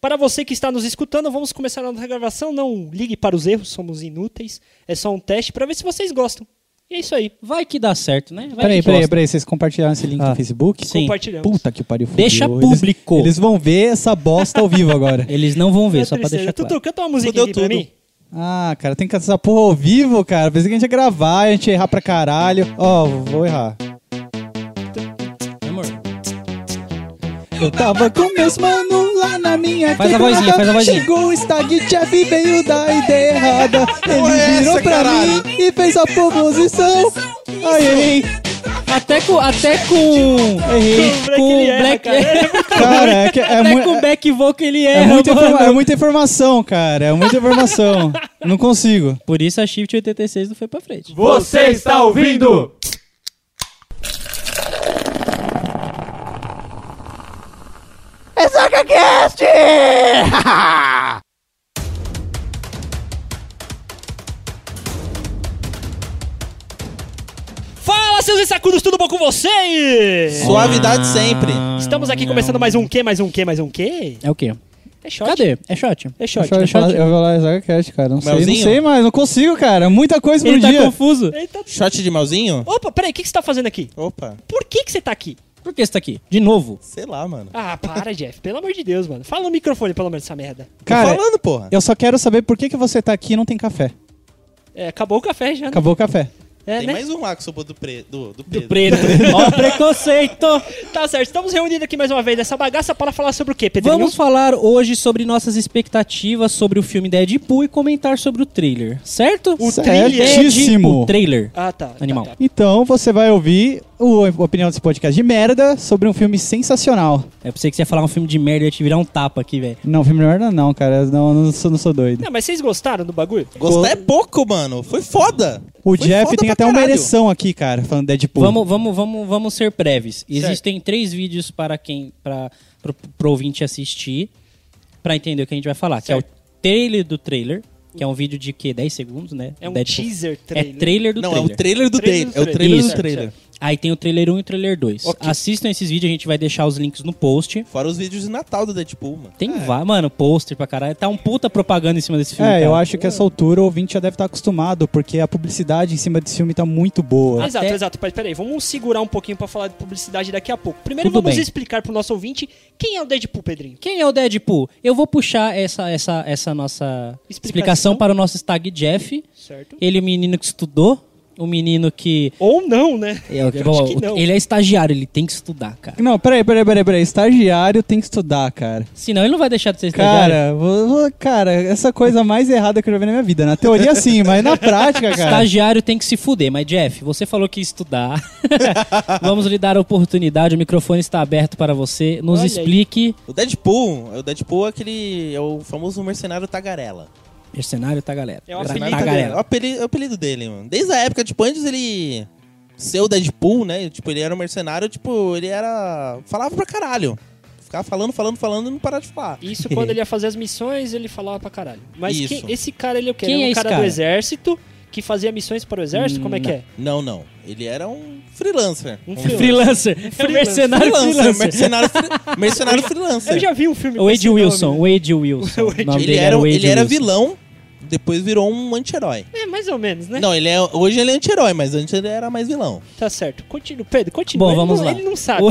Para você que está nos escutando, vamos começar a nossa gravação. Não ligue para os erros, somos inúteis. É só um teste para ver se vocês gostam. E é isso aí. Vai que dá certo, né? Vai Peraí, que peraí, gosta. peraí, vocês compartilharam esse link Ah, no Facebook? sim. Compartilhamos. Puta que pariu, fudeu. Deixa Eles- público. Eles, vão ver essa bosta ao vivo agora. Eles não vão ver, É só pra tristeza. deixar Tutu, claro. canta uma música Fudeu aqui pra tudo. mim. Ah, cara, tem que essa porra ao vivo, cara. Pensei que a gente ia gravar, a gente ia errar pra caralho. Ó, vou errar. Amor, Eu tava com meus mano lá na minha Faz a quebrada. vozinha, faz a vozinha. Chegou o Stag Jeff, veio da ideia errada. Porra é Ele virou essa, pra caralho? mim e fez a proposição. Aí, hein? Até com. Até com. Errei. Como é que com ele erra, Black- cara? Ele é muito- Cara, é, que é, até mui- com o back vocal ele é erra. muita mano. informa- é muita informação, cara. É muita informação. Não consigo. Por isso a Shift 86 não foi pra frente. Você está ouvindo? Fala, seus sacudos, tudo bom com vocês? Suavidade sempre. Ah, Estamos aqui começando mais um quê, mais um quê, mais um quê? É o quê? É shot. Cadê? É shot. É shot. Deixa eu, né? falar- eu vou lá Zacacast, cara. Não sei, não Melzinho? sei mais, não consigo, cara. Muita coisa por Ele tá dia. confuso. Ele tá- Shot de melzinho? Opa, peraí, o que que você tá fazendo aqui? Opa, Por que que você tá aqui? Por que você tá aqui? De novo. sei lá, mano. Ah, para, Jeff. Pelo amor de Deus, mano. Fala no microfone, pelo menos, essa merda. Cara, Tô falando, porra. eu só quero saber por que, que você tá aqui e não tem café. É, acabou o café já, né? Acabou o café. É, Tem né? mais um lá que sobrou do, pre... do, do Pedro. Do preto. Ó, o preconceito. Tá certo, estamos reunidos aqui mais uma vez nessa bagaça para falar sobre o quê, Pedrinho? Vamos falar hoje sobre nossas expectativas sobre o filme Deadpool e comentar sobre o trailer, certo? O Certíssimo. O trailer. Ah, tá. tá, Animal. tá. Então você vai ouvir o, a opinião desse podcast de merda sobre um filme sensacional. É pra você que você ia falar um filme de merda e ia te virar um tapa aqui, velho. Não, filme de merda não, cara. Não, não, sou, não sou doido. Não, mas vocês gostaram do bagulho? Gostar é pouco, mano. Foi foda. O Foi Jeff foda tem pra até um uma caralho. ereção aqui, cara, falando Deadpool. Vamos, vamos, vamos, vamos ser breves. Existem três vídeos para quem, para pro, pro ouvinte assistir, pra entender o que a gente vai falar. Que é o trailer do trailer, que é um vídeo de que 10 segundos, né? É um Deadpool. teaser É trailer. trailer do Não, trailer. é o trailer do Trailer do trailer. É o trailer. trailer Isso. do trailer. Aí tem o trailer 1 e o trailer 2. Ok. Assistam esses vídeos, a gente vai deixar os links no post. Fora os vídeos de Natal do Deadpool, mano. É. Tem, vá, mano, pôster pra caralho. Tá um puta propaganda em cima desse filme. É, Então. cara. eu acho que essa altura o ouvinte já deve estar acostumado, porque a publicidade em cima desse filme tá muito boa. Exato, Até- exato. Mas peraí, vamos segurar um pouquinho pra falar de publicidade daqui a pouco. Primeiro Tudo vamos bem. explicar pro nosso ouvinte quem é o Deadpool, Pedrinho. Quem é o Deadpool? Eu vou puxar essa, essa, essa nossa explicação. Explicação para o nosso Stag Jeff. Certo? Ele é o menino que estudou, o menino que. Ou não, né? É, o que- Eu acho bom, que o- não. Ele é estagiário, ele tem que estudar, cara. Não, peraí, peraí, peraí, peraí. Estagiário tem que estudar, cara. Senão ele não vai deixar de ser estagiário. Cara, vou- vou- cara, essa coisa mais errada que eu já vi na minha vida. Na teoria, sim, mas na prática, cara. Estagiário tem que se fuder, mas Jeff, você falou que ia estudar. Vamos lhe dar a oportunidade, o microfone está aberto para você. Nos Olha aí. explique. O Deadpool, o Deadpool é aquele. É o famoso mercenário Tagarela. Mercenário tá galera. É o Tá, apelido tá, É o galera. apelido, é o apelido dele, mano. Desde a época, tipo, antes ele ser o Deadpool, né? Tipo, ele era um mercenário, tipo, ele era. Falava pra caralho. Ficava falando, falando, falando e não parava de falar. Isso quando ele ia fazer as missões, ele falava pra caralho. Mas Isso. quem- esse cara, ele é o quê? Quem ele é é um esse cara, do cara? exército que fazia missões para o exército? Como é que é? Não, não. Ele era um freelancer. Um Vamos freelancer. dizer. Hum, Freelancer. É o mercenário freelancer. freelancer. Mercenário, fre- mercenário freelancer. Eu já vi um filme É O com Wade esse nome, Wilson, né? o Wade Wilson. O nome Ele dele era, o Wade ele era Wilson. vilão, depois virou um anti-herói. É, mais ou menos, né? Não, ele é, hoje ele é anti-herói, mas antes ele era mais vilão. Tá certo. Continua, Pedro, continua. Bom, Ele vamos não- lá. Ele não sabe. O-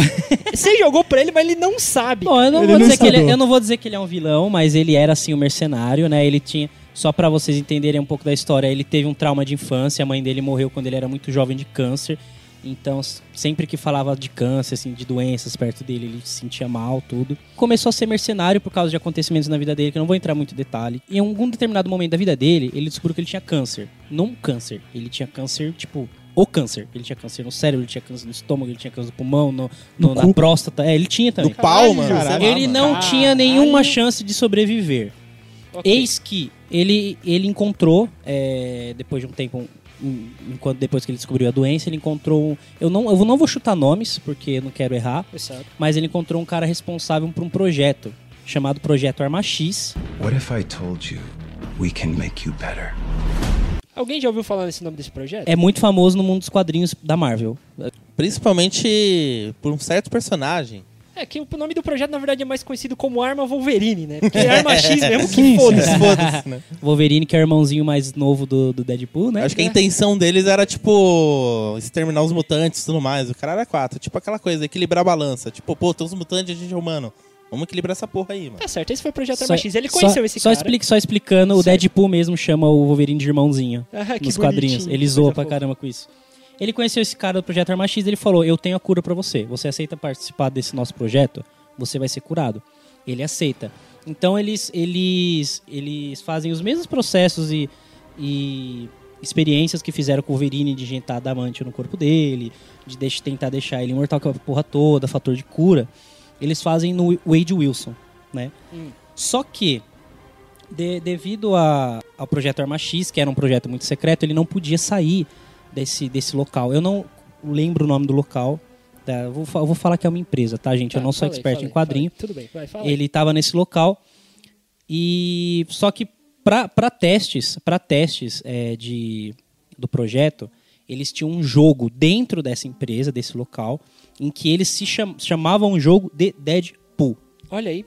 Você jogou pra ele, mas ele não sabe. Bom, eu não, Ele vou não dizer que ele, estudou. eu não vou dizer que ele é um vilão, mas ele era assim um mercenário, né? Ele tinha. Só pra vocês entenderem um pouco da história, ele teve um trauma de infância, a mãe dele morreu quando ele era muito jovem de câncer. Então, s- sempre que falava de câncer, assim, de doenças perto dele, ele se sentia mal, tudo. Começou a ser mercenário por causa de acontecimentos na vida dele, que eu não vou entrar muito em detalhe. Em algum determinado momento da vida dele, ele descobriu que ele tinha câncer. Não um câncer, ele tinha câncer, tipo, o câncer. Ele tinha câncer no cérebro, ele tinha câncer no estômago, ele tinha câncer no pulmão, no, no- na próstata. É, ele tinha também. No pau, mano. Caralho. sei lá, Ele mano. não Caralho. tinha nenhuma chance de sobreviver. Ok. Eis que ele, ele encontrou, é, depois de um tempo, um- um- enquanto depois que ele descobriu a doença, ele encontrou. um- Eu não, eu não vou chutar nomes, porque eu não quero errar, Exato. mas ele encontrou um cara responsável por um projeto chamado Projeto Arma X. What if I told you we can make you better? Alguém já ouviu falar nesse nome desse projeto? É muito famoso no mundo dos quadrinhos da Marvel. Principalmente por um certo personagem. É que o nome do projeto, na verdade, é mais conhecido como Arma Wolverine, né? Porque é Arma X mesmo que foda-se. Foda-se, né? Wolverine, que é o irmãozinho mais novo do, do Deadpool, né? Acho É. que é a intenção deles era, tipo, exterminar os mutantes e tudo mais. O cara era quatro. Tipo aquela coisa, equilibrar a balança. Tipo, pô, tem uns mutantes e a gente é humano. Vamos equilibrar essa porra aí, mano. Tá certo, esse foi o projeto Só- Arma X. Ele conheceu só, esse só cara. explica- só explicando, o Certo. Deadpool mesmo chama o Wolverine de irmãozinho. Ah, que nos quadrinhos. bonitinho, Ele coisa zoa pra fofa. caramba com isso. Ele conheceu esse cara do projeto Arma X e ele falou: Eu tenho a cura pra você. Você aceita participar desse nosso projeto? Você vai ser curado. Ele aceita. Então eles, eles, eles fazem os mesmos processos e, e experiências que fizeram com o Wolverine de injetar adamante no corpo dele, de deix- tentar deixar ele imortal com a porra toda, fator de cura. Eles fazem no Wade Wilson, né? Hum. Só que de- devido a- ao projeto Arma X, que era um projeto muito secreto, ele não podia sair desse, desse local. Eu não lembro o nome do local. tá? Eu vou, fa- eu vou falar que é uma empresa, tá, gente? Tá, eu não sou falei, expert falei, em quadrinho. falei. Tudo bem, vai, fala. Ele estava nesse local e só que para testes, para testes é, de do projeto, eles tinham um jogo dentro dessa empresa, desse local, em que eles se cham- chamavam o jogo de Deadpool. Olha aí.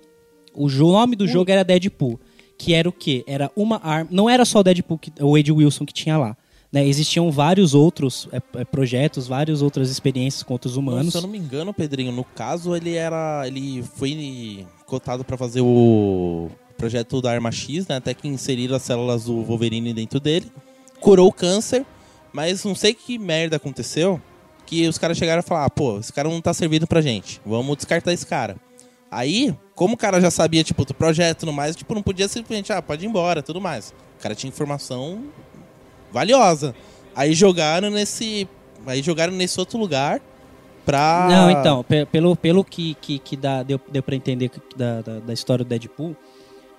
O jo- nome do jogo era Deadpool. Que era o quê? Era uma arma. Não era só o Deadpool, que, o Wade Wilson que tinha lá. né? Existiam vários outros é, é, projetos, várias outras experiências com outros humanos. Se eu não me engano, Pedrinho, no caso, ele era. Ele foi cotado pra fazer o projeto da Arma X, né? Até que inseriram as células do Wolverine dentro dele. Curou o câncer, mas não sei que merda aconteceu. Que os caras chegaram a falar, "Ah, pô, esse cara não tá servindo pra gente. Vamos descartar esse cara. Aí, como o cara já sabia, tipo, do projeto e tudo mais, tipo, não podia simplesmente, ah, pode ir embora, tudo mais. O cara tinha informação valiosa. Aí jogaram nesse. Aí jogaram nesse outro lugar pra. Não, então, pe- pelo, pelo que, que, que dá, deu, deu pra entender que- da, da, da história do Deadpool,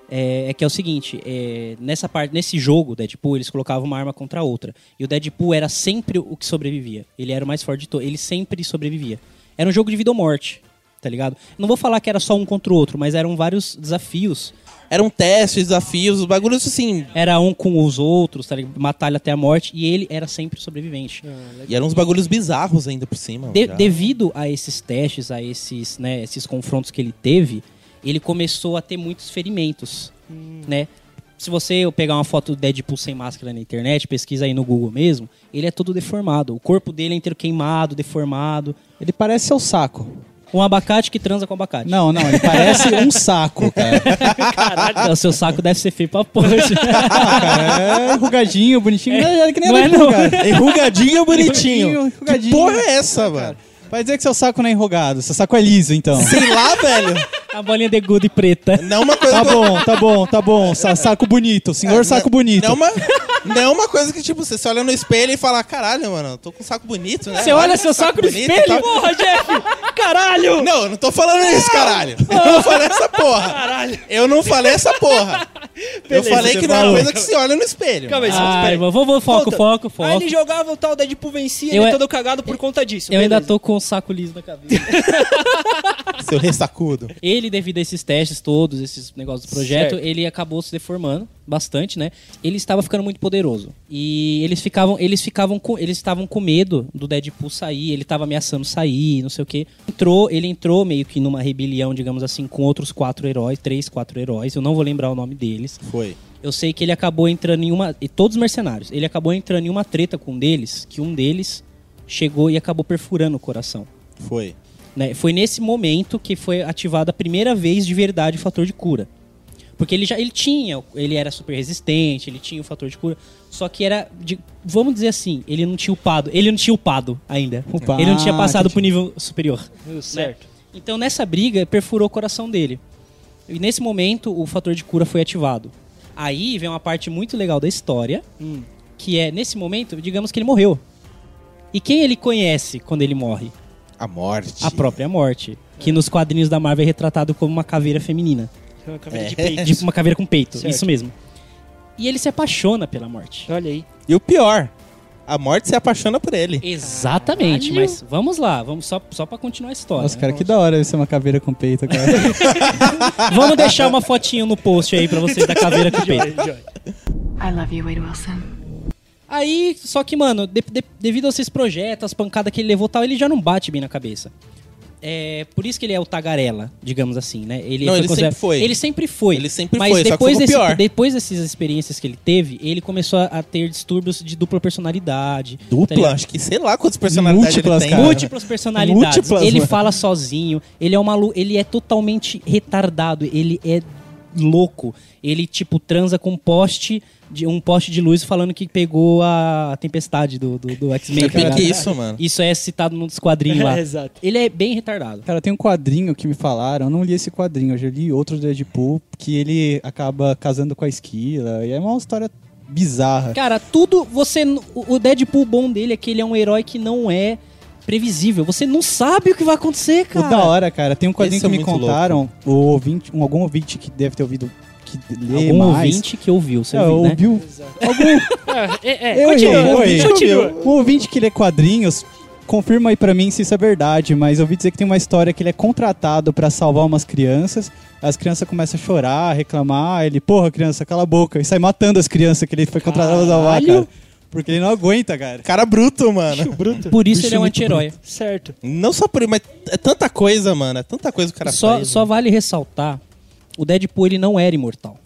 é, é que é o seguinte, é, nessa parte, nesse jogo, Deadpool, eles colocavam uma arma contra a outra. E o Deadpool era sempre o que sobrevivia. Ele era o mais forte de todos. Ele sempre sobrevivia. Era um jogo de vida ou morte, tá ligado? Não vou falar que era só um contra o outro, mas eram vários desafios. Eram testes, desafios, os bagulhos assim. Era um com os outros, tá ligado? Batalha até a morte. E ele era sempre o sobrevivente. E eram uns bagulhos bizarros ainda por cima. De- já. devido a esses testes, a esses, né, esses confrontos que ele teve, ele começou a ter muitos ferimentos, Hum. né? Se você pegar uma foto do Deadpool sem máscara na internet, pesquisa aí no Google mesmo, ele é todo deformado. O corpo dele é inteiro queimado, deformado. Ele parece seu saco. Um abacate que transa com abacate. Não, não, ele parece um saco, cara. o seu saco deve ser feio pra poxa. Ah, cara, é enrugadinho, bonitinho. Não é que nem Não é, Deadpool, não. cara. Enrugadinho bonitinho. Que Enrugadinho. porra é essa, mano? Vai dizer que seu saco não é enrugado, seu saco é liso, então. Sei lá, velho. a bolinha de gude preta. Não é uma coisa. Tá que eu- bom, tá bom, tá bom. Sa- Saco bonito, senhor saco bonito. Não é, uma, não é uma coisa que, tipo, você se olha no espelho e fala, caralho, mano, tô com um saco bonito, né? Você olha seu saco no bonito tá? e espelho? tal." Porra, Jeff! Ah, Caralho! Não, eu não tô falando isso, caralho. Eu não falei essa porra. Eu não falei essa porra. Beleza, eu falei você que não é uma falou. coisa que se olha no espelho. Calma aí, Santos, Ai, peraí. mano, vou, vou, foco, Conta. foco, foco. Aí ele jogava o tal, Deadpool vencia, Eu ele é é- todo cagado por conta disso. Eu ainda beleza. tô com o saco liso na cabeça. Seu ressacudo. Ele, devido a esses testes todos, esses negócios do projeto, Certo. ele acabou se deformando bastante, né? Ele estava ficando muito poderoso. E eles ficavam, eles ficavam com, eles estavam com medo do Deadpool sair, ele estava ameaçando sair, não sei o quê. Entrou, ele entrou meio que numa rebelião, digamos assim, com outros quatro heróis, três, quatro heróis, eu não vou lembrar o nome deles. Foi. Eu sei que ele acabou entrando em uma. E todos os mercenários. Ele acabou entrando em uma treta com um deles, que um deles chegou e acabou perfurando o coração. Foi. né? Foi nesse momento que foi ativado a primeira vez de verdade o fator de cura. Porque ele já ele tinha, ele era super resistente, ele tinha o fator de cura, só que era, de- vamos dizer assim, ele não tinha upado, ele não tinha upado ainda. Upado, Ah, ele não tinha passado entendi. pro nível superior. Deu Certo. Então nessa briga perfurou o coração dele. E nesse momento o fator de cura foi ativado. Aí Hum. vem uma parte muito legal da história, que é nesse momento, digamos que ele morreu. E quem ele conhece quando ele morre? A morte. A própria morte. Que nos quadrinhos da Marvel é retratado como uma caveira feminina. É uma caveira de Tipo peito. uma caveira com peito. Certo. Isso mesmo. E ele se apaixona pela morte. Olha aí. E o pior, a morte se apaixona por ele. Exatamente, Caralho. mas vamos lá, vamos só, só pra continuar a história. Nossa, né? cara, que da hora ser uma caveira com peito, cara. Vamos deixar uma fotinho no post aí pra vocês da caveira com peito. Joia, joia. I love you, Wade Wilson. Aí, só que, mano, de- de- devido a esses projetos, as pancadas que ele levou e tal, ele já não bate bem na cabeça. É, por isso que ele é o tagarela, digamos assim, né? Ele, Não, ele considera- sempre foi. Ele sempre foi. Ele sempre mas foi, só que depois, ficou desse- pior. depois dessas experiências que ele teve, ele começou a- a ter distúrbios de dupla personalidade. tá Dupla, ligado? acho que sei lá quantas personalidades Múltiplas, ele tem. cara. Múltiplas personalidades. Múltiplas, ele mano. fala sozinho, ele é um maluco, ele é totalmente retardado, ele é louco. Ele, tipo, transa com um poste de, um poste de luz falando que pegou a tempestade do, do, do X-Men. Sabe tá ligado? que é isso, mano? Isso é citado num dos quadrinhos lá. É, exato. Ele é bem retardado. Cara, tem um quadrinho que me falaram, eu não li esse quadrinho, eu já li outro do Deadpool, que ele acaba casando com a esquila, e é uma história bizarra. Cara, tudo você. n- O o Deadpool bom dele é que ele é um herói que não é previsível. Você não sabe o que vai acontecer, O cara. da hora, cara, tem um quadrinho Esse é que me muito louco. contaram, o ouvinte, um, algum ouvinte que deve ter ouvido, que lê Algum mais. ouvinte que ouviu, você É, ouviu, né? ouviu É, é, é. Eu continua, errei, eu errei. continua. Um ouvinte que lê quadrinhos, confirma aí pra mim se isso é verdade, mas eu ouvi dizer que tem uma história que ele é contratado pra salvar umas crianças, as crianças começam a chorar, reclamar, ele, porra, criança, cala a boca, e sai matando as crianças que ele foi contratado pra salvar, cara. Porque ele não aguenta, cara. Cara bruto, mano. Bicho bruto. Por isso ele é um muito anti-herói. Certo. Não só por isso, mas é tanta coisa, mano. É tanta coisa que o cara só, faz. só vale ressaltar, o Deadpool ele não era imortal.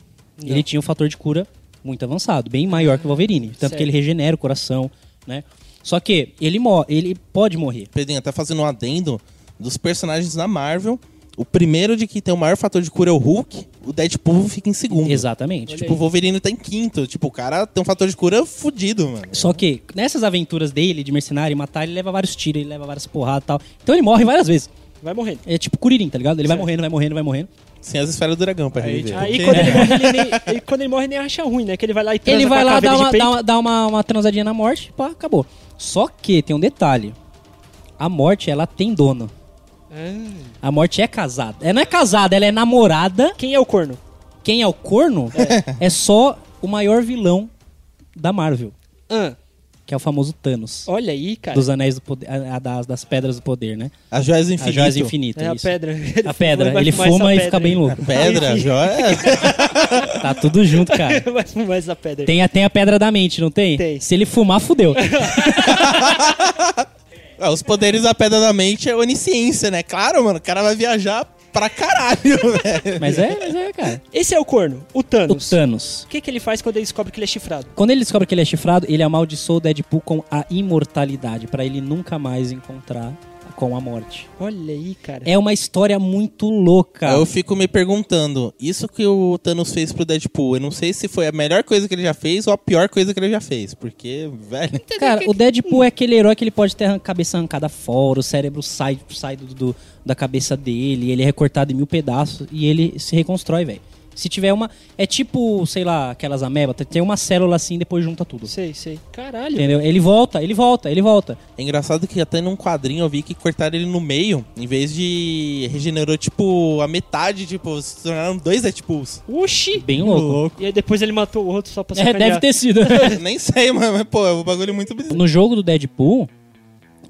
Não. Ele tinha um fator de cura muito avançado, bem maior que o Wolverine. Tanto Certo. que ele regenera o coração, né? Só que ele, mo ele pode morrer. Pedrinho, até fazendo um adendo dos personagens da Marvel. O primeiro de que tem o maior fator de cura é o Hulk, o Deadpool fica em segundo. Exatamente. Tipo, o Wolverine tá em quinto. Tipo, o cara tem um fator de cura fudido, mano. Só que nessas aventuras dele de mercenário e matar, ele leva vários tiros, ele leva várias porradas e tal. Então ele morre várias vezes. Vai morrendo. É tipo Kuririn, tá ligado? Ele vai morrendo, vai morrendo, vai morrendo. Sem as esferas do dragão pra reviver. Aí quando ele, morre, ele nem, ele- quando ele morre, nem acha ruim, né? Que ele vai lá e transa ele vai com a lá caveira dar, de uma, peito. dar, uma, dar uma- uma transadinha na morte, pá, acabou. Só que tem um detalhe. A morte, ela tem dono. Ah, A morte é casada. Ela não é casada, ela é namorada. Quem é o corno? Quem é o corno é, só o maior vilão da Marvel, Ah, que é o famoso Thanos. olha aí, cara. Dos anéis do poder. a- a das, das pedras do poder, né? As joias do As infinito. joias infinitas. É a isso. pedra. A pedra. Vai Ele fumar essa fuma e pedra fica aí. bem louco. Pedra, joia. Tá tudo junto, cara. Vai fumar essa pedra. aí. Tem, a- tem a pedra da mente, não tem? Tem. Se ele fumar, fudeu. Ah, os poderes da pedra da mente é onisciência, né? Claro, mano. O cara vai viajar pra caralho, velho. Mas é, mas é, cara. Esse é o corno, o O Thanos. Thanos. O que, que ele faz quando ele descobre que ele é chifrado? Quando ele descobre que ele é chifrado, ele amaldiçoa o Deadpool com a imortalidade, pra ele nunca mais encontrar com a morte. Olha aí, cara. É uma história muito É, louca. Eu fico me perguntando, isso que o Thanos fez pro Deadpool, eu não sei se foi a melhor coisa que ele já fez ou a pior coisa que ele já fez, porque, velho, Cara, o Deadpool é aquele herói que ele pode ter a cabeça arrancada fora, o cérebro sai, sai do, do- da cabeça dele, ele é recortado em mil pedaços e ele se reconstrói, velho. Se tiver uma. É tipo, sei lá, aquelas amebas, tem uma célula assim e depois junta tudo. Sei, sei. Caralho. Entendeu? Ele volta, ele volta, ele volta. é engraçado que até num quadrinho eu vi que cortaram ele no meio, em vez de regenerou, tipo, a metade, tipo, se tornaram dois Deadpools. Oxi! Bem louco. E aí depois ele matou o outro só pra É, sacanear. deve ter sido. nem sei, mano, mas, pô, é um bagulho muito bizarro. No jogo do Deadpool,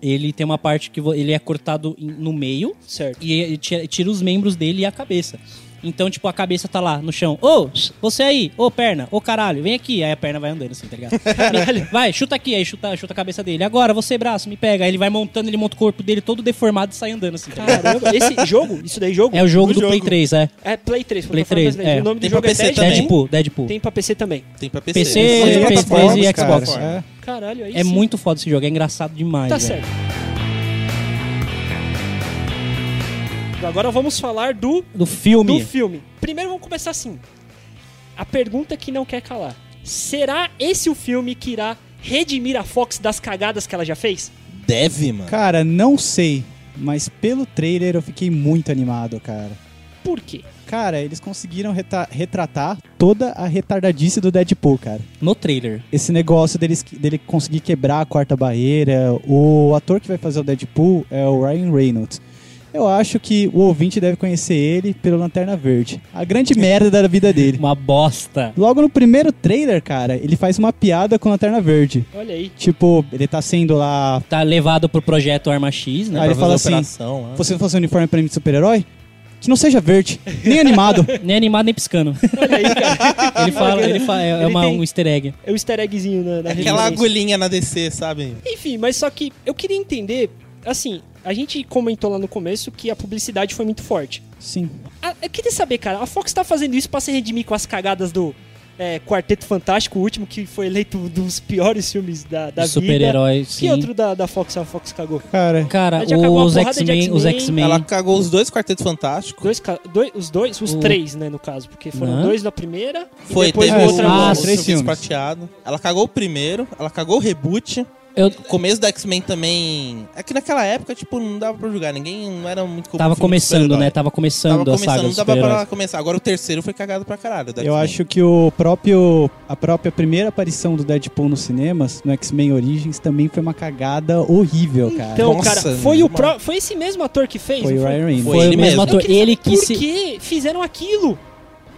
ele tem uma parte que vo- ele é cortado em- no meio Certo. e ele tira, tira os membros dele e a cabeça. Então, tipo, a cabeça tá lá no chão. Ô, você aí, ô perna, ô caralho, vem aqui. Aí a perna vai andando assim, tá ligado? Vai, chuta aqui, aí chuta, chuta a cabeça dele. Agora, você, braço, me pega. Aí ele vai montando, ele monta o corpo dele todo deformado e sai andando assim, tá ligado? Caramba, esse jogo? Isso daí é jogo? É o jogo Do do Play jogo. 3, é. É Play 3. Play plataforma 3, brasileira. é. O nome Tem do pra jogo PC é 10 também? Deadpool, Deadpool. Tem pra PC também. Tem pra PC. PC, Tem Tem pra PS3 plataformas, e cara. Xbox. É. Caralho, aí É sim. muito foda esse jogo, é engraçado demais. Tá velho. certo. Agora vamos falar do, Do filme. do filme. Primeiro vamos começar assim. A pergunta que não quer calar. Será esse o filme que irá redimir a Fox das cagadas que ela já fez? Deve, mano. Cara, não sei, mas pelo trailer eu fiquei muito animado, cara. Por quê? Cara, eles conseguiram reta- retratar toda a retardadice do Deadpool, cara. No trailer. Esse negócio deles, dele conseguir quebrar a quarta barreira. O ator que vai fazer o Deadpool é o Ryan Reynolds. Eu acho que o ouvinte deve conhecer ele pelo Lanterna Verde. A grande merda da vida dele. Uma bosta. Logo no primeiro trailer, cara, ele faz uma piada com o Lanterna Verde. Olha aí. Tipo, ele tá sendo lá. Tá levado pro projeto Arma X, né? Aí ele fala assim, operação, né? Você não faz um uniforme pra mim de super-herói? Que não seja verde, nem animado. Nem animado, nem piscando. Olha aí, cara. Ele fala, ele fala é Ele uma- tem- um easter egg. É o easter eggzinho na, na Aquela referência. agulhinha na DC, sabe? Enfim, mas só que eu queria entender, assim, a gente comentou lá no começo que a publicidade foi muito forte. Sim. A- eu queria saber, cara, a Fox tá fazendo isso pra se redimir com as cagadas do é, Quarteto Fantástico, o último que foi eleito um dos piores filmes da, da De vida. Super-herói, Que sim. outro da, da Fox a Fox cagou? Cara, Cara, Ela já cagou a os porrada de X-Men, os X-Men. X-Men. Ela cagou os dois Quartetos Fantásticos. Dois, ca- dois- os dois, os O- três, né, no caso, porque foram Não. dois na primeira e Foi, depois teve um- o- outra. Ah, outra três filmes. prateado. Ela cagou o primeiro, ela cagou o reboot. Eu O começo do X-Men também. É que naquela época, tipo, não dava pra julgar. Ninguém não era muito comum tava filme de começando, super-herói. né? Tava Tava começando a começando, saga não dos dava pra super-heróis. começar. Agora o terceiro foi cagado pra caralho. do eu X-Men. acho que o próprio. A própria primeira aparição do Deadpool nos cinemas, no X-Men Origins, também foi uma cagada horrível, cara. Então, Nossa, cara, foi, o mano. pró- foi esse mesmo ator que fez? foi não o Ryan Reynolds. Foi Foi ele o mesmo mesmo. Eu ator. queria Ele saber que se... Por que fizeram aquilo?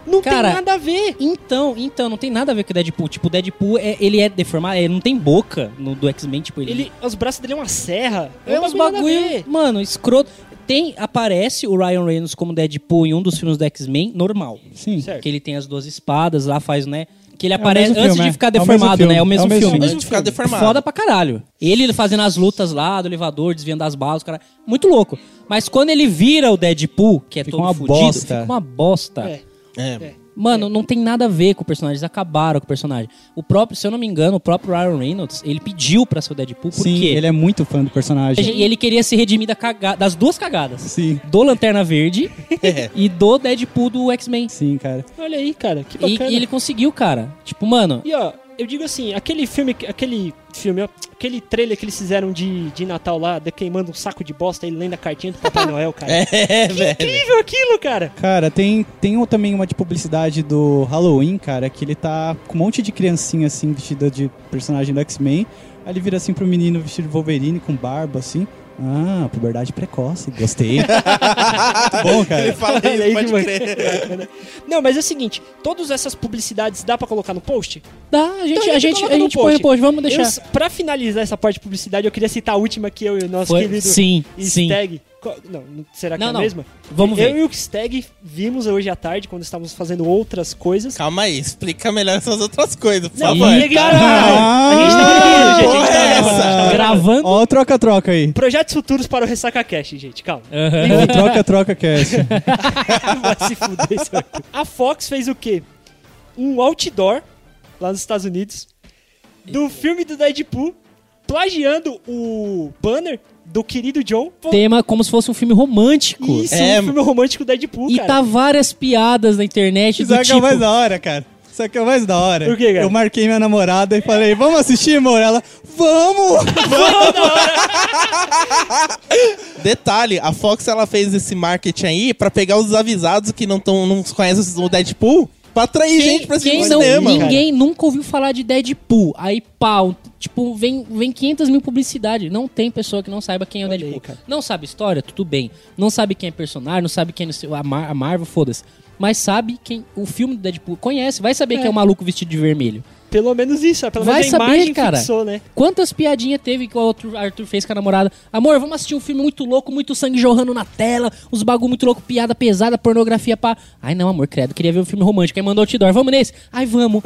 Não Cara, tem nada a ver. Então, então, não tem nada a ver com o Deadpool. Tipo, o Deadpool, é, ele é deformado, ele não tem boca no do X-Men, tipo, ele... Ele, os braços dele é uma serra. é um uns nada a bagulho, ver. mano, escroto. Tem, aparece o Ryan Reynolds como Deadpool em um dos filmes do X-Men, normal. Sim. Certo. Que ele tem as duas espadas lá, faz, né? Que ele o aparece mesmo antes filme, de é. ficar É o mesmo deformado, filme, né? É o mesmo, filme. É Antes de ficar deformado. Foda pra caralho. Ele fazendo as lutas lá do elevador, desviando as balas, cara. Muito louco. Mas quando ele vira o Deadpool, que é Fica todo uma fudido, bosta. fica uma bosta. É. É. Mano, não tem nada a ver com o personagem. Eles acabaram com o personagem. O próprio, se eu não me engano, o próprio Ryan Reynolds, ele pediu pra ser o Deadpool, por Sim, quê? ele é muito fã do personagem. E ele queria se redimir da caga- das duas cagadas. Sim, Do Lanterna Verde É. e do Deadpool do X-Men. sim, cara. Olha aí, cara, que E, bacana. e ele conseguiu, cara. Tipo, mano, E ó, eu digo assim, aquele filme, aquele filme, ó, aquele trailer que eles fizeram de, de Natal lá, de queimando um saco de bosta e lendo a cartinha do Papai Noel, cara. É, velho. Incrível aquilo, cara. Cara, tem, tem um- também uma de publicidade do Halloween, cara, que ele tá com um monte de criancinha, assim, vestida de personagem do X-Men. Aí ele vira, assim, pro menino vestido de Wolverine, com barba, assim. Ah, puberdade precoce, gostei. muito bom, Ele cara. fala Olha É aí isso, que pode bacana. crer. Não, mas é o seguinte, todas essas publicidades dá pra colocar no post? dá, a gente, Então a gente, coloca a no gente põe no post, vamos deixar. Eu, pra finalizar essa parte de publicidade, eu queria citar a última que eu e o nosso Foi- querido sim, sim. Stag. Co- Não, não- será que Não, é não. a mesma? Vamos eu ver. e o Stag vimos hoje à tarde, quando estávamos fazendo outras coisas. Calma aí, explica melhor essas outras coisas, por Não, favor. Ah, e, caralho, a gente tá gravando, gente. A gente tá gravando, a gente tá gravando. Gravando. Ó, o troca-troca aí. Projetos futuros para o Ressaca Cash, gente. Calma. Ó, o troca-troca cast. Vai se fuder, seu Arthur. A Fox fez o quê? Um outdoor lá nos Estados Unidos do filme do Deadpool, plagiando o banner do querido John. Pô, Tema como se fosse um filme romântico. Isso, É. um filme romântico Deadpool, E cara. tá várias piadas na internet Isso do aqui é tipo... o mais da hora, cara. Isso aqui é o mais da hora. Por quê, cara? Eu marquei minha namorada e falei, vamos assistir, amor? Ela, vamos! Detalhe, a Fox ela fez esse marketing aí pra pegar os avisados que não, tão, não conhecem o Deadpool pra atrair gente pra assistir quem o não, cinema. Ninguém nunca ouviu falar de Deadpool. Aí, pau, tipo, vem, vem 500 mil publicidade. Não tem pessoa que não saiba quem é o Olha aí, Deadpool. cara. não sabe história, tudo bem. Não sabe quem é personagem, não sabe quem é no seu- a, Mar- a Marvel, foda-se. Mas sabe quem o filme do Deadpool conhece, vai saber que é o maluco vestido de vermelho. Pelo menos isso, é. pelo Vai menos a saber, imagem cara. fixou, né? Quantas piadinhas teve que o Arthur- Arthur fez com a namorada? Amor, vamos assistir um filme muito louco, muito sangue jorrando na tela, uns bagulho muito louco, piada pesada, pornografia pá. Ai não, amor, credo, queria ver um filme romântico. Aí mandou outdoor, vamos nesse? Ai, vamos.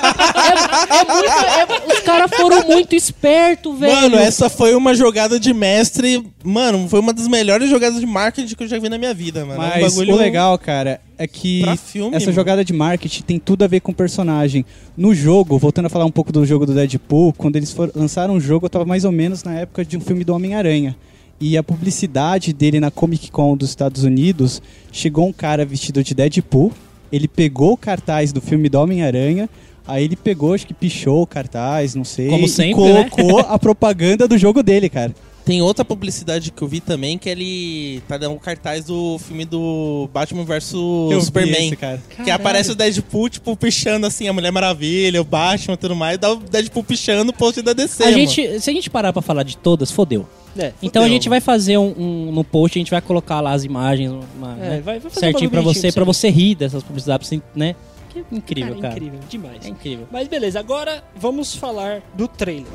é, é muito- é- os caras foram muito espertos, velho. Mano, é essa foi uma jogada de mestre. Mano, foi uma das melhores jogadas de marketing que eu já vi na minha vida, mano. É um Mas bagulho- o legal, cara, é que Pra filme, essa mano. jogada de marketing tem tudo a ver com o personagem. No jogo, voltando a falar um pouco do jogo do Deadpool, quando eles for- lançaram o jogo, eu tava mais ou menos na época de um filme do Homem-Aranha. E a publicidade dele na Comic Con dos Estados Unidos, chegou um cara vestido de Deadpool, ele pegou o cartaz do filme do Homem-Aranha, aí ele pegou, acho que pichou o cartaz, não sei, Como e sempre, né? colocou a propaganda do jogo dele, cara. Tem outra publicidade que eu vi também, que ele tá dando um cartaz do filme do Batman vs vi Superman. esse, cara. Que aparece o Deadpool, tipo, pichando assim, a Mulher Maravilha, o Batman e tudo mais. Dá o Deadpool pichando o post da DC, A mano. gente, se a gente parar pra falar de todas, fodeu. É, Então a fodeu. gente vai fazer um, um- no post, a gente vai colocar lá as imagens uma, É, né, vai- vai fazer um certinho pra bagulho você, bonitinho pra pra você rir dessas publicidades, pra você- né? Que incrível, cara, cara. incrível, demais. É incrível. Mas beleza, agora vamos falar do trailer.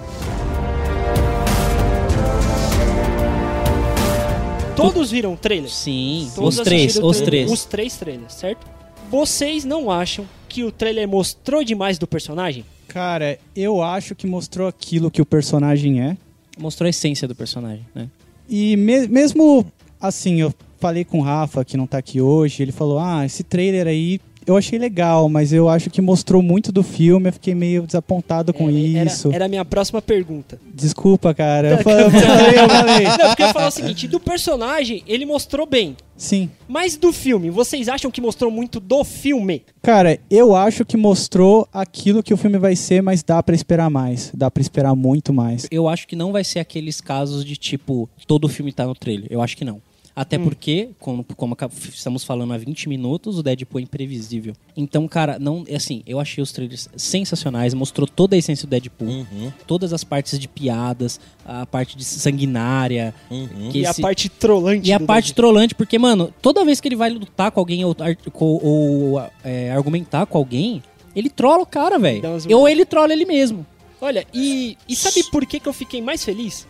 Todos viram o trailer? Sim, Todos os três, assistiram o os trailer? três. Os três trailers, certo? Vocês não acham que o trailer mostrou demais do personagem? Cara, eu acho que mostrou aquilo que o personagem é. Mostrou a essência do personagem, né? E me- mesmo assim, eu falei com o Rafa, que não tá aqui hoje, ele falou: Ah, esse trailer aí eu achei legal, mas eu acho que mostrou muito do filme, eu fiquei meio desapontado com Era- é isso. Era a minha próxima pergunta. Desculpa, cara. Eu falei, eu falei, eu falei. Não, porque eu ia falar o seguinte, do personagem ele mostrou bem, Sim. mas do filme, vocês acham que mostrou muito do filme? Cara, eu acho que mostrou aquilo que o filme vai ser, mas dá pra esperar mais. Dá pra esperar muito mais. Eu acho que não vai ser aqueles casos de tipo, todo filme tá no trailer. Eu acho que não. Hum. Até porque, como, como acab- estamos falando há 20 minutos, o Deadpool é imprevisível. Então, cara, não. é Assim, eu achei os trailers sensacionais, mostrou toda a essência do Deadpool. Hum. Uhum, Todas as partes de piadas, a parte de sanguinária. uhum. que Hum. E esse- a parte trolante E a do parte trollante, porque, mano, toda vez que ele vai lutar com alguém ou, ar- co- ou, é, argumentar com alguém, ele trola o cara, velho. Dá umas- Ou ele trola ele mesmo. Olha, e, e sabe por que, que eu fiquei mais feliz?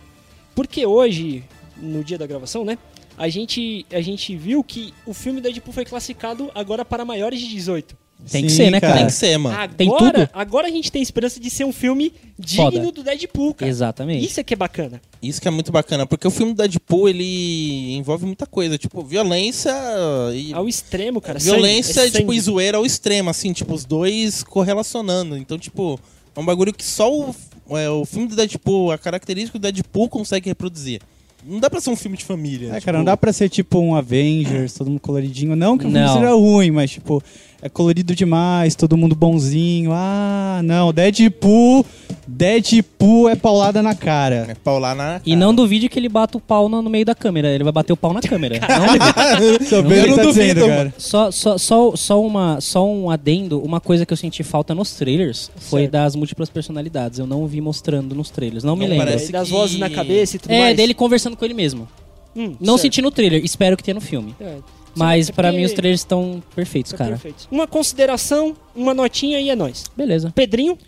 Porque hoje, no dia da gravação, né? A gente, a gente viu que o filme Deadpool foi classificado agora para maiores de 18. Tem que ser, né, cara? Tem que ser, mano. agora, tem tudo? agora a gente tem esperança de ser um filme digno Foda. do Deadpool, cara. Exatamente. Isso é que é bacana. Isso que é muito bacana, porque o filme do Deadpool, ele envolve muita coisa, tipo, violência e... Ao extremo, cara. violência, sangue, é tipo, sangue. e zoeira ao extremo, assim, tipo, os dois correlacionando. Então, tipo, é um bagulho que só o, é, o filme do Deadpool, a característica do Deadpool consegue reproduzir. Não dá pra ser um filme de família. É, tipo, cara, não dá pra ser tipo um Avengers, todo mundo coloridinho. Não que o filme Não. seja ruim, mas tipo, é colorido demais, todo mundo bonzinho. Ah, não, Deadpool, Deadpool é paulada na cara. É paular na. E não duvide que ele bata o pau no, no meio da câmera. Ele vai bater o pau na câmera. Não duvide. Tô vendo o que não tá duvido, dizendo, mano. cara. só, só, só, só, uma, só um adendo. Uma coisa que eu senti falta nos trailers foi Certo. das múltiplas personalidades. Eu não vi mostrando nos trailers. Não, me Não lembro. parece E É, das que- vozes na cabeça e tudo É, mais. dele conversando com ele mesmo. Hum, Não certo. senti no trailer. Espero que tenha no filme. É, Mas é pra porque- mim os trailers estão perfeitos, tá cara. perfeito. Uma consideração, uma notinha e é nóis. Beleza. Pedrinho,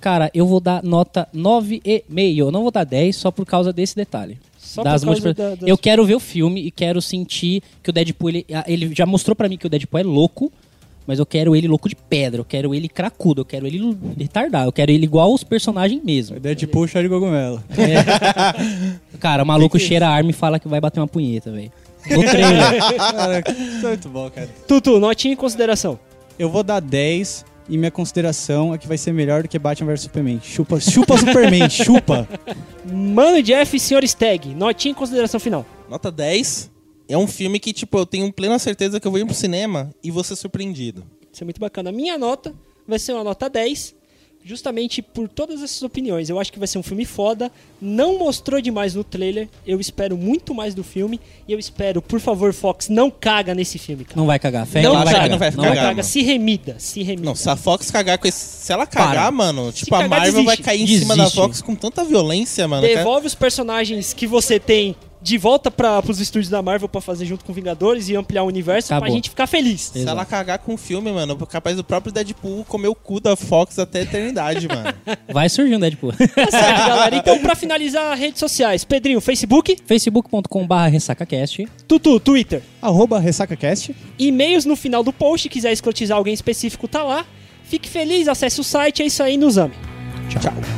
Cara, eu vou dar nota 9,5. Eu não vou dar 10 só por causa desse detalhe. Só das por causa múltiplas- da- das- Eu quero ver o filme e quero sentir que o Deadpool, ele, ele já mostrou pra mim que o Deadpool é louco, mas eu quero ele louco de pedra, eu quero ele cracudo, eu quero ele retardar, eu quero ele igual os personagens mesmo. Deadpool chá de cogumelo. Cara, o maluco cheira a arma e fala que vai bater uma punheta, velho. No trailer. cara, isso é muito bom, cara. Tutu, notinha e consideração. Eu vou dar 10 e minha consideração é que vai ser melhor do que Batman vs Superman. Chupa, chupa Superman, chupa. Mano Jeff e Sr. Stag, notinha e consideração final. Nota 10. É um filme que, tipo, eu tenho plena certeza que eu vou ir pro cinema e vou ser surpreendido. Isso é muito bacana. A minha nota vai ser uma nota 10, justamente por todas essas opiniões. Eu acho que vai ser um filme foda. Não mostrou demais no trailer. Eu espero muito mais do filme. E eu espero, por favor, Fox, não caga nesse filme, cara. Não vai cagar, fé que Não não vai caga, cagar. não vai Não cagar, caga, mano. se remida, se remida. Não, se a Fox cagar com esse. Se ela cagar, Para. mano, tipo, a cagar, Marvel vai desiste. cair em cima da Desiste. Fox com tanta violência, mano. que- é Devolve os personagens que você tem de volta para os estúdios da Marvel pra fazer junto com Vingadores e ampliar o universo pra Acabou. gente ficar feliz. Se ela cagar com o filme, mano, capaz do próprio Deadpool comer o cu da Fox até a eternidade, mano. Vai surgir um Deadpool. Tá certo, galera. Então, pra finalizar, redes sociais. Pedrinho, Facebook, facebook.com.br ressacacast. Tutu, Twitter. Arroba RessacaCast. E-mails no final do post, quiser escrotizar alguém específico, tá lá. Fique feliz, acesse o site, é isso aí, nos ame. Tchau.